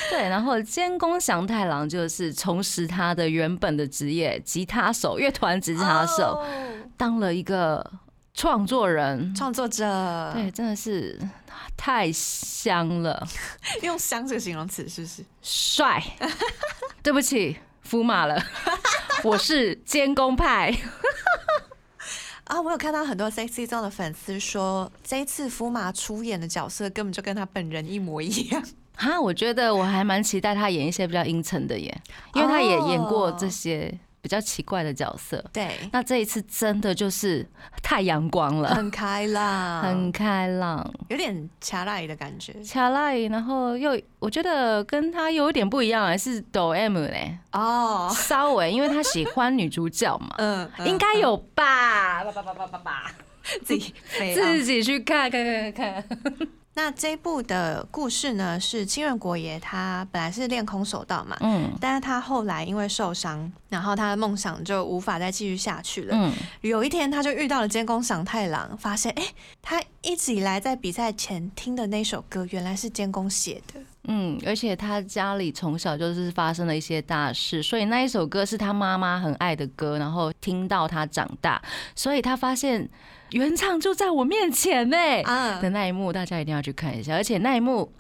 Speaker 2: 对，然后监工祥太郎就是重拾他的原本的职业，吉他手，乐团吉他手，
Speaker 3: 哦
Speaker 2: 当了一个创作人。
Speaker 3: 创作者，
Speaker 2: 对，，真的是太香了，
Speaker 3: 用“香”这个形容词是不是？
Speaker 2: 帅。 *laughs* 对不起，服马了， *laughs* 我是监工派。
Speaker 3: 啊，我有看到很多 Sexy Zone 的粉丝说，这一次福马出演的角色根本就跟她本人一模一样，
Speaker 2: 哈，我觉得我还蛮期待他演一些比较阴沉的耶，因为他也演过这
Speaker 3: 哦
Speaker 2: 些比较奇怪的角色。
Speaker 3: *laughs* *laughs* 对，
Speaker 2: 那这一次真的就是太阳光了，
Speaker 3: 很开朗，
Speaker 2: 很开朗、
Speaker 3: 有点卡拉的感觉
Speaker 2: 卡拉伊，然后又我觉得跟他有一点不一样，啊是抖 M 嘞，
Speaker 3: 哦，，
Speaker 2: 稍微，因为他喜欢女主角嘛
Speaker 3: *laughs* 嗯， *laughs* 嗯
Speaker 2: 应该有吧？吧吧吧吧吧吧，
Speaker 3: 自己飞啊
Speaker 2: 自己去看看看看看。
Speaker 3: 那这一部的故事呢，是清源国爷他本来是练空手道嘛，
Speaker 2: 嗯
Speaker 3: 但是他后来因为受伤，然后他的梦想就无法再继续下去了。
Speaker 2: 嗯，
Speaker 3: 有一天，他就遇到了监工赏太郎，发现哎、诶他一直以来在比赛前听的那首歌，原来是监工写的。
Speaker 2: 嗯，而且他家里从小就是发生了一些大事，所以那一首歌是他妈妈很爱的歌，然后听到他长大，所以他发现原唱就在我面前呢、
Speaker 3: 啊
Speaker 2: 的那一幕，大家一定要去看一下，而且那一幕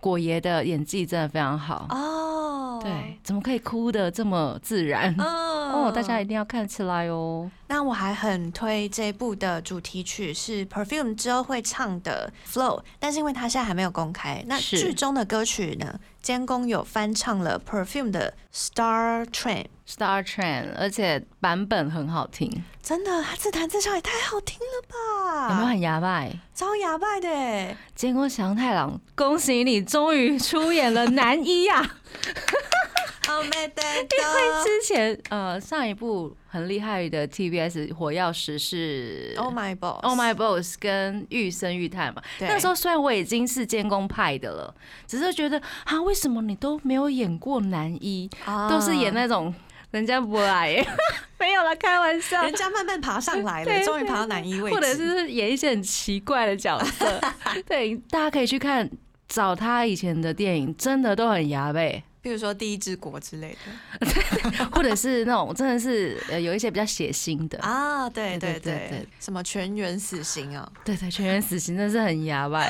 Speaker 2: 果爷的演技真的非常好，
Speaker 3: 哦，
Speaker 2: 对，，怎么可以哭的这么自然？
Speaker 3: 哦
Speaker 2: 哦，大家一定要看起来哦。
Speaker 3: 那我还很推这部的主题曲是 Perfume 之后会唱的《Flow》，但是因为它现在还没有公开，那
Speaker 2: 是
Speaker 3: 剧中的歌曲呢，监工有翻唱了 Perfume 的《Star Train》，
Speaker 2: Star Train，而且版本很好听，
Speaker 3: 真的，他自弹自唱也太好听了
Speaker 2: 有没有
Speaker 3: 吧，
Speaker 2: 很牙白？
Speaker 3: 超牙拜的耶，
Speaker 2: 监工祥太郎，恭喜你终于出演了男一啊
Speaker 3: *laughs*
Speaker 2: 呀、
Speaker 3: 哦，妹的，
Speaker 2: 之前呃上一部很厉害的 TBS 火药石是
Speaker 3: Oh my boss，
Speaker 2: Oh My Boss 跟玉生玉太嘛，
Speaker 3: 对
Speaker 2: 那时候虽然我已经是监工派的了，只是觉得啊，为什么你都没有演过男一，
Speaker 3: 啊
Speaker 2: 都是演那种人家不来、欸， *laughs* 没有啦，开玩笑，
Speaker 3: *laughs* 人家慢慢爬上来
Speaker 2: *laughs* 对
Speaker 3: 了，终于爬到男一位置，
Speaker 2: 或者是演一些很奇怪的角色，对，大家可以去看找他以前的电影，真的都很牙呗，
Speaker 3: 比如说第一之国之类的
Speaker 2: 或者是那种真的是呃有一些比较血腥的，
Speaker 3: 啊，对
Speaker 2: 对对
Speaker 3: 对
Speaker 2: 对
Speaker 3: 对
Speaker 2: 对，
Speaker 3: 什么全员死
Speaker 2: *laughs*
Speaker 3: 刑啊，
Speaker 2: 对对，全员死刑真的是很牙吧？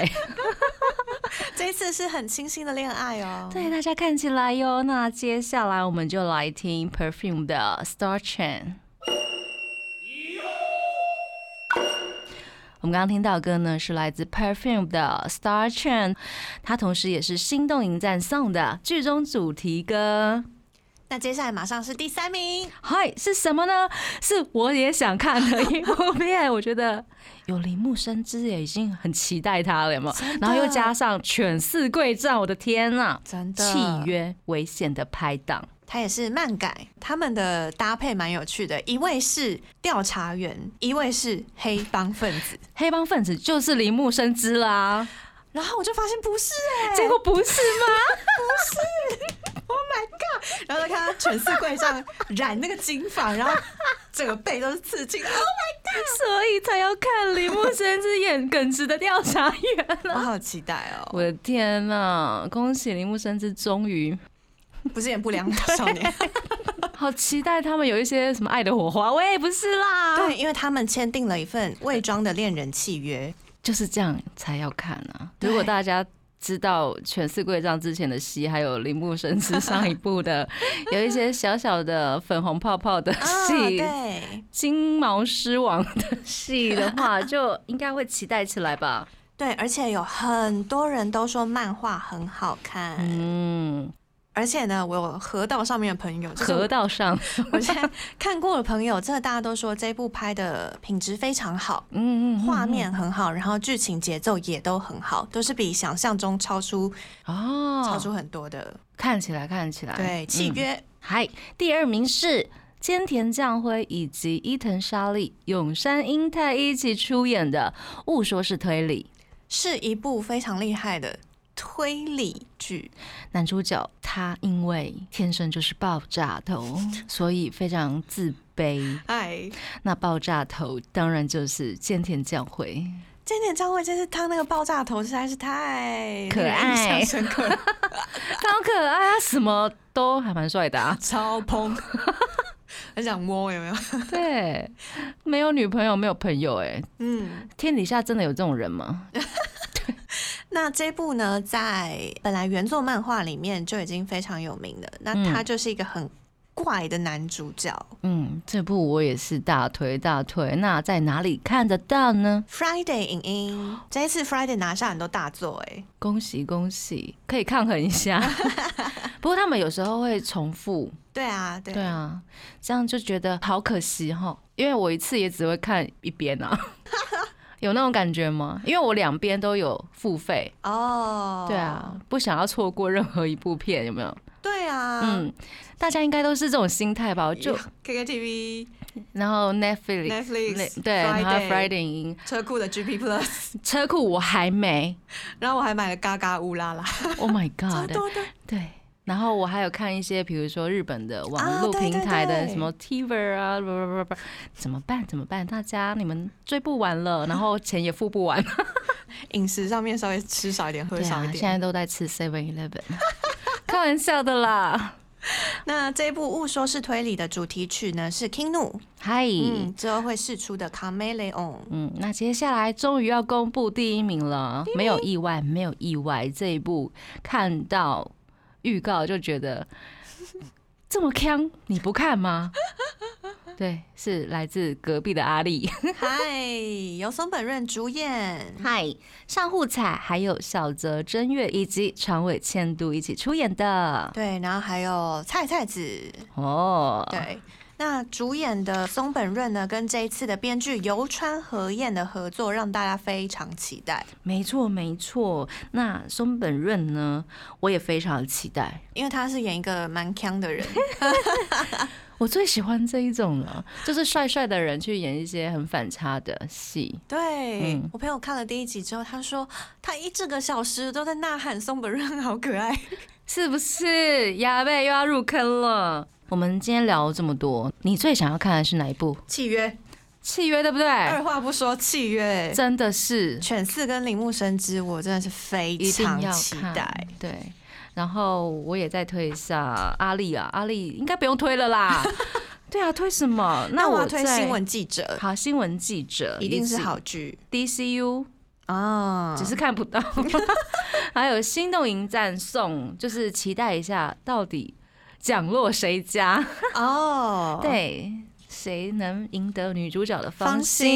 Speaker 3: 这一次是很清新的恋爱哦，
Speaker 2: *laughs* 对，大家看起来哟。那接下来我们就来听 Perfume 的 Star Chain。我们刚刚听到的歌呢是来自 Perfume 的《Star Train》，它同时也是《心动迎战 Song》的剧中主题歌。
Speaker 3: 那接下来马上是第三名，
Speaker 2: 嗨，是什么呢？是我也想看的一部片，我觉得 *laughs* 有铃木生之也已经很期待它了，有没有？
Speaker 3: 真的
Speaker 2: 然后又加上犬饲贵丈，我的天呐、
Speaker 3: 真的
Speaker 2: 契，约危险的拍档，
Speaker 3: 它也是漫改，他们的搭配蛮有趣的，一位是调查员，一位是黑帮分
Speaker 2: *laughs*
Speaker 3: 子。
Speaker 2: 黑帮分子就是铃木生之啦，
Speaker 3: 然后我就发现不是哎、
Speaker 2: 结果不是 *laughs* 吗？
Speaker 3: 然后再看他全是柜上染那个金发，然后整个背都是刺 *laughs* 青，
Speaker 2: 所以才要看铃木生之演耿直的调查员
Speaker 3: 我
Speaker 2: 了。
Speaker 3: 好期待哦！
Speaker 2: *laughs* 我的天呐！恭喜铃木生之终于，
Speaker 3: 不是演不良少年，
Speaker 2: 好期待他们有一些什么爱的火花。喂，不是啦，
Speaker 3: *laughs* 对，因为他们签订了一份伪装的恋人契约，
Speaker 2: 就是这样才要看啊！
Speaker 3: 对
Speaker 2: 如果大家知道全四贵丈之前的戏，还有铃木生之上一部
Speaker 3: *laughs*
Speaker 2: 的有一些小小的粉红泡泡的
Speaker 3: 啊，
Speaker 2: 戏，
Speaker 3: 对
Speaker 2: 金毛狮王的戏的话，就应该会期待起来吧。
Speaker 3: 对，而且有很多人都说漫画很好看，
Speaker 2: 嗯，
Speaker 3: 而且呢，我有河道上面的朋友，就是
Speaker 2: 河道上，
Speaker 3: 我现在看过的朋友，真的大家都说这部拍的品质非常好，
Speaker 2: 嗯嗯，嗯
Speaker 3: 画面很好，然后剧情节奏也都很好，都是比想象中超出超
Speaker 2: 哦，
Speaker 3: 出很多的。
Speaker 2: 看起来看起来，
Speaker 3: 对，契
Speaker 2: 嗯
Speaker 3: 约
Speaker 2: 嗨，第二名是菅田将晖以及伊藤沙莉、永山英太一起出演的《误说是推理》。
Speaker 3: 是一部非常厉害的推理剧，
Speaker 2: 男主角他因为天生就是爆炸头，所以非常自卑。
Speaker 3: 哎，
Speaker 2: 那爆炸头当然就是菅田将晖，
Speaker 3: 菅田将晖真是他那个爆炸头实在是太
Speaker 2: 可爱
Speaker 3: 令人印象深刻了，。
Speaker 2: 他好可爱啊，什么都还蛮帅的啊
Speaker 3: 超蓬，很想摸有没有？
Speaker 2: *laughs* 对，没有女朋友，没有朋友、哎，
Speaker 3: 嗯，
Speaker 2: 天底下真的有这种人吗？
Speaker 3: 那这部呢，在本来原作漫画里面就已经非常有名了，那他就是一个很怪的男主角。
Speaker 2: 嗯，这部我也是大推大推。那在哪里看得到呢？
Speaker 3: Friday 影音，这一次 Friday 拿下很多大作哎、
Speaker 2: 恭喜恭喜，可以抗衡一下。 *laughs* 不过他们有时候会重复，
Speaker 3: 对啊，对
Speaker 2: 对啊，这样就觉得好可惜哈，因为我一次也只会看一边啊， *laughs* 有那种感觉吗？因为我两边都有付费，
Speaker 3: 哦
Speaker 2: 对啊，不想要错过任何一部片，有没有？
Speaker 3: 对啊，
Speaker 2: 嗯，大家应该都是这种心态吧？就
Speaker 3: KKTV、
Speaker 2: 然后 Netflix。
Speaker 3: Netflix、
Speaker 2: 对，然后
Speaker 3: Friday
Speaker 2: Friday 影音
Speaker 3: 车库的 GP Plus， *laughs*
Speaker 2: 车库我还没
Speaker 3: 然后我还买了嘎嘎乌拉拉，
Speaker 2: ，Oh
Speaker 3: *laughs*
Speaker 2: my
Speaker 3: 超
Speaker 2: God！
Speaker 3: 多的。
Speaker 2: 对，然后我还有看一些，比如说日本的
Speaker 3: 啊
Speaker 2: 网络
Speaker 3: 对
Speaker 2: 平
Speaker 3: 对
Speaker 2: 台的
Speaker 3: 对
Speaker 2: 什么 TVer 啊，不不不不，怎么办？怎么办？大家你们追不完
Speaker 3: *laughs*
Speaker 2: 了，然后钱也付不完，
Speaker 3: 饮食上面稍微吃少一点，喝
Speaker 2: 对
Speaker 3: 少
Speaker 2: 啊现
Speaker 3: 一，点。
Speaker 2: 在都在吃 Seven Eleven，开玩笑的啦。
Speaker 3: 那这一部《误说是推理》的主题曲呢是 Kinu，
Speaker 2: 嗨，
Speaker 3: 嗯，之后会试出的《Chameleon》。
Speaker 2: *laughs* 嗯，那接下来终于要公布第一名了，没有意外，没有意外。这一部看到预告就觉得 *laughs* 这么坑，你不看吗？ *laughs* 对，是来自隔壁的阿丽。
Speaker 3: 嗨，由松本润主演。
Speaker 2: 嗨，上户彩还有小泽真月以及长尾千都一起出演的
Speaker 3: 对，然后还有菜菜子，
Speaker 2: 哦。，
Speaker 3: 对。那主演的松本润呢，跟这一次的编剧游川和彦的合作，让大家非常期待，
Speaker 2: 没错没错。那松本润呢，我也非常期待。
Speaker 3: 因为他是演一个蛮强的人，
Speaker 2: 我最喜欢这一种了， *laughs* 就是帅帅的人去演一些很反差的戏。
Speaker 3: 对、
Speaker 2: 嗯
Speaker 3: 我朋友看了第一集之后，他说他一整个小时都在呐喊松本润好可爱。
Speaker 2: 是不是？亚贝又要入坑了。我们今天聊了这么多，你最想要看的是哪一部？
Speaker 3: 契约，
Speaker 2: 契约对不对？
Speaker 3: *laughs* 二话不说，契约。
Speaker 2: 真的是
Speaker 3: 犬四跟铃木生之，我真的是非
Speaker 2: 一定
Speaker 3: 常
Speaker 2: 要
Speaker 3: 期
Speaker 2: 看
Speaker 3: 待。。
Speaker 2: 对，然后我也再推一下阿丽啊，阿丽应该不用推了
Speaker 3: *laughs*
Speaker 2: 啦。对啊，推什么？
Speaker 3: 那我
Speaker 2: 我
Speaker 3: 要推
Speaker 2: 再
Speaker 3: 新闻记者，
Speaker 2: 好，新闻记者
Speaker 3: 一定
Speaker 2: 以
Speaker 3: 是
Speaker 2: 及
Speaker 3: 好剧
Speaker 2: DCU，
Speaker 3: 啊
Speaker 2: 只是看不
Speaker 3: *laughs*
Speaker 2: 到。还有《心动迎战送》，就是期待一下到底奖落谁家。
Speaker 3: 哦，
Speaker 2: 对，谁能赢得女主角的
Speaker 3: 放
Speaker 2: 芳心？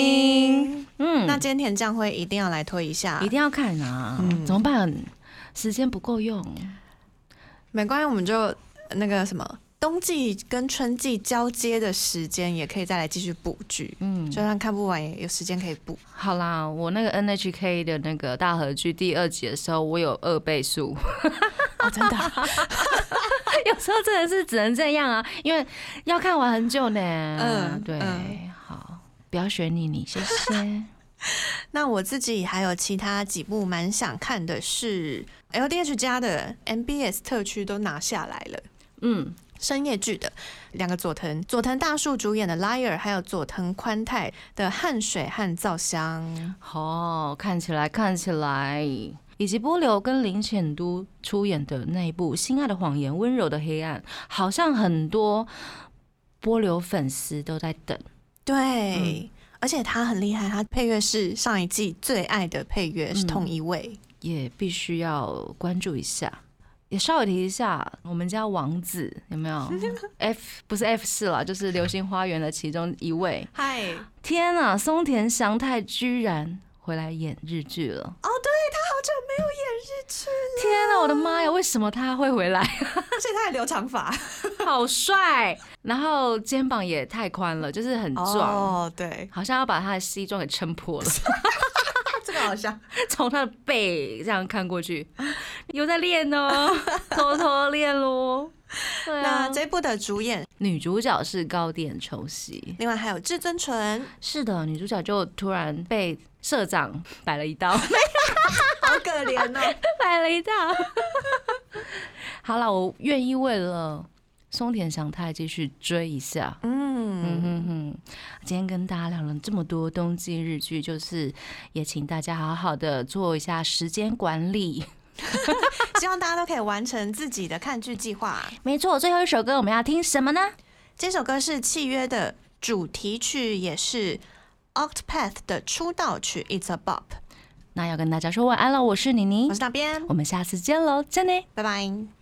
Speaker 3: 心。
Speaker 2: 嗯，
Speaker 3: 那菅田将晖一定要来推一下，
Speaker 2: 一定要看啊！
Speaker 3: 嗯
Speaker 2: 怎么办？时间不够用，
Speaker 3: 没关系，我们就呃那个什么冬季跟春季交接的时间，也可以再来继续补剧。
Speaker 2: 嗯
Speaker 3: 就，算看不完，也有时间可以补。
Speaker 2: 好啦，我那个 NHK 的那个大合剧第二集的时候，我有二倍速，
Speaker 3: 哦，真的啊，
Speaker 2: *laughs*
Speaker 3: *laughs*
Speaker 2: 有时候真的是只能这样啊，因为要看完很久呢。嗯
Speaker 3: 嗯，
Speaker 2: 对，
Speaker 3: 嗯
Speaker 2: 好，不要选你，你谢谢。
Speaker 3: 那我自己还有其他几部蛮想看的是 LDH 家的 MBS 特区都拿下来了。
Speaker 2: *laughs* 嗯，
Speaker 3: 深夜剧的两个佐藤，佐藤大树主演的《Liar》，还有佐藤宽太的《汗水和皂香
Speaker 2: 哦，看起来看起来，以及波流跟林浅都出演的那一部《心爱的谎言》《温柔的黑暗》，好像很多波流粉丝都在等。》。
Speaker 3: 对，而且他很厉害，他配乐是上一季最爱的配乐，是
Speaker 2: 嗯
Speaker 3: 同一位。
Speaker 2: 也必须要关注一下。也稍微提一下，我们家王子有没
Speaker 3: *laughs*
Speaker 2: 有？F 不是 F 四啦，就是《流星花园》的其中一位。
Speaker 3: 嗨、
Speaker 2: 天啊，松田翔太居然回来演日剧了！
Speaker 3: 哦，对他好久没有演日剧了，
Speaker 2: 天啊，我的妈呀，为什么他会回来？ *laughs*
Speaker 3: *laughs* 而且他还留长发，
Speaker 2: 好帅，然后肩膀也太宽了，就是很壮。
Speaker 3: 哦，对，
Speaker 2: 好像要把他的西装给撑破了， *laughs*
Speaker 3: 啊这个好像
Speaker 2: 从他的背这样看过去，有在练
Speaker 3: *laughs*
Speaker 2: 哦，偷偷练喽。对啊
Speaker 3: 那这部的主演，
Speaker 2: 女主角是高点重喜，
Speaker 3: 另外还有至尊 *laughs* 纯，
Speaker 2: 是的，女主角就突然被社长摆了一道，
Speaker 3: 好可怜哦。
Speaker 2: *laughs* 摆了一道。 *laughs* 好了，我愿意为了松田翔太继续追一下。嗯
Speaker 3: *laughs* 嗯，
Speaker 2: 哼哼，今天跟大家聊了这么多冬季日剧，就是也请大家好好的做一下时间管理。
Speaker 3: 希望大家都可以完成自己的看剧计划。
Speaker 2: 没错，最后一首歌我们要听什么呢？
Speaker 3: 这首歌是《契约》的主题曲，也是 Octopath 的出道曲《It's a Bop》。
Speaker 2: 那要跟大家说晚安了，我是妮妮
Speaker 3: 我，是那边
Speaker 2: 我，们下次见喽，再见。
Speaker 3: 拜拜。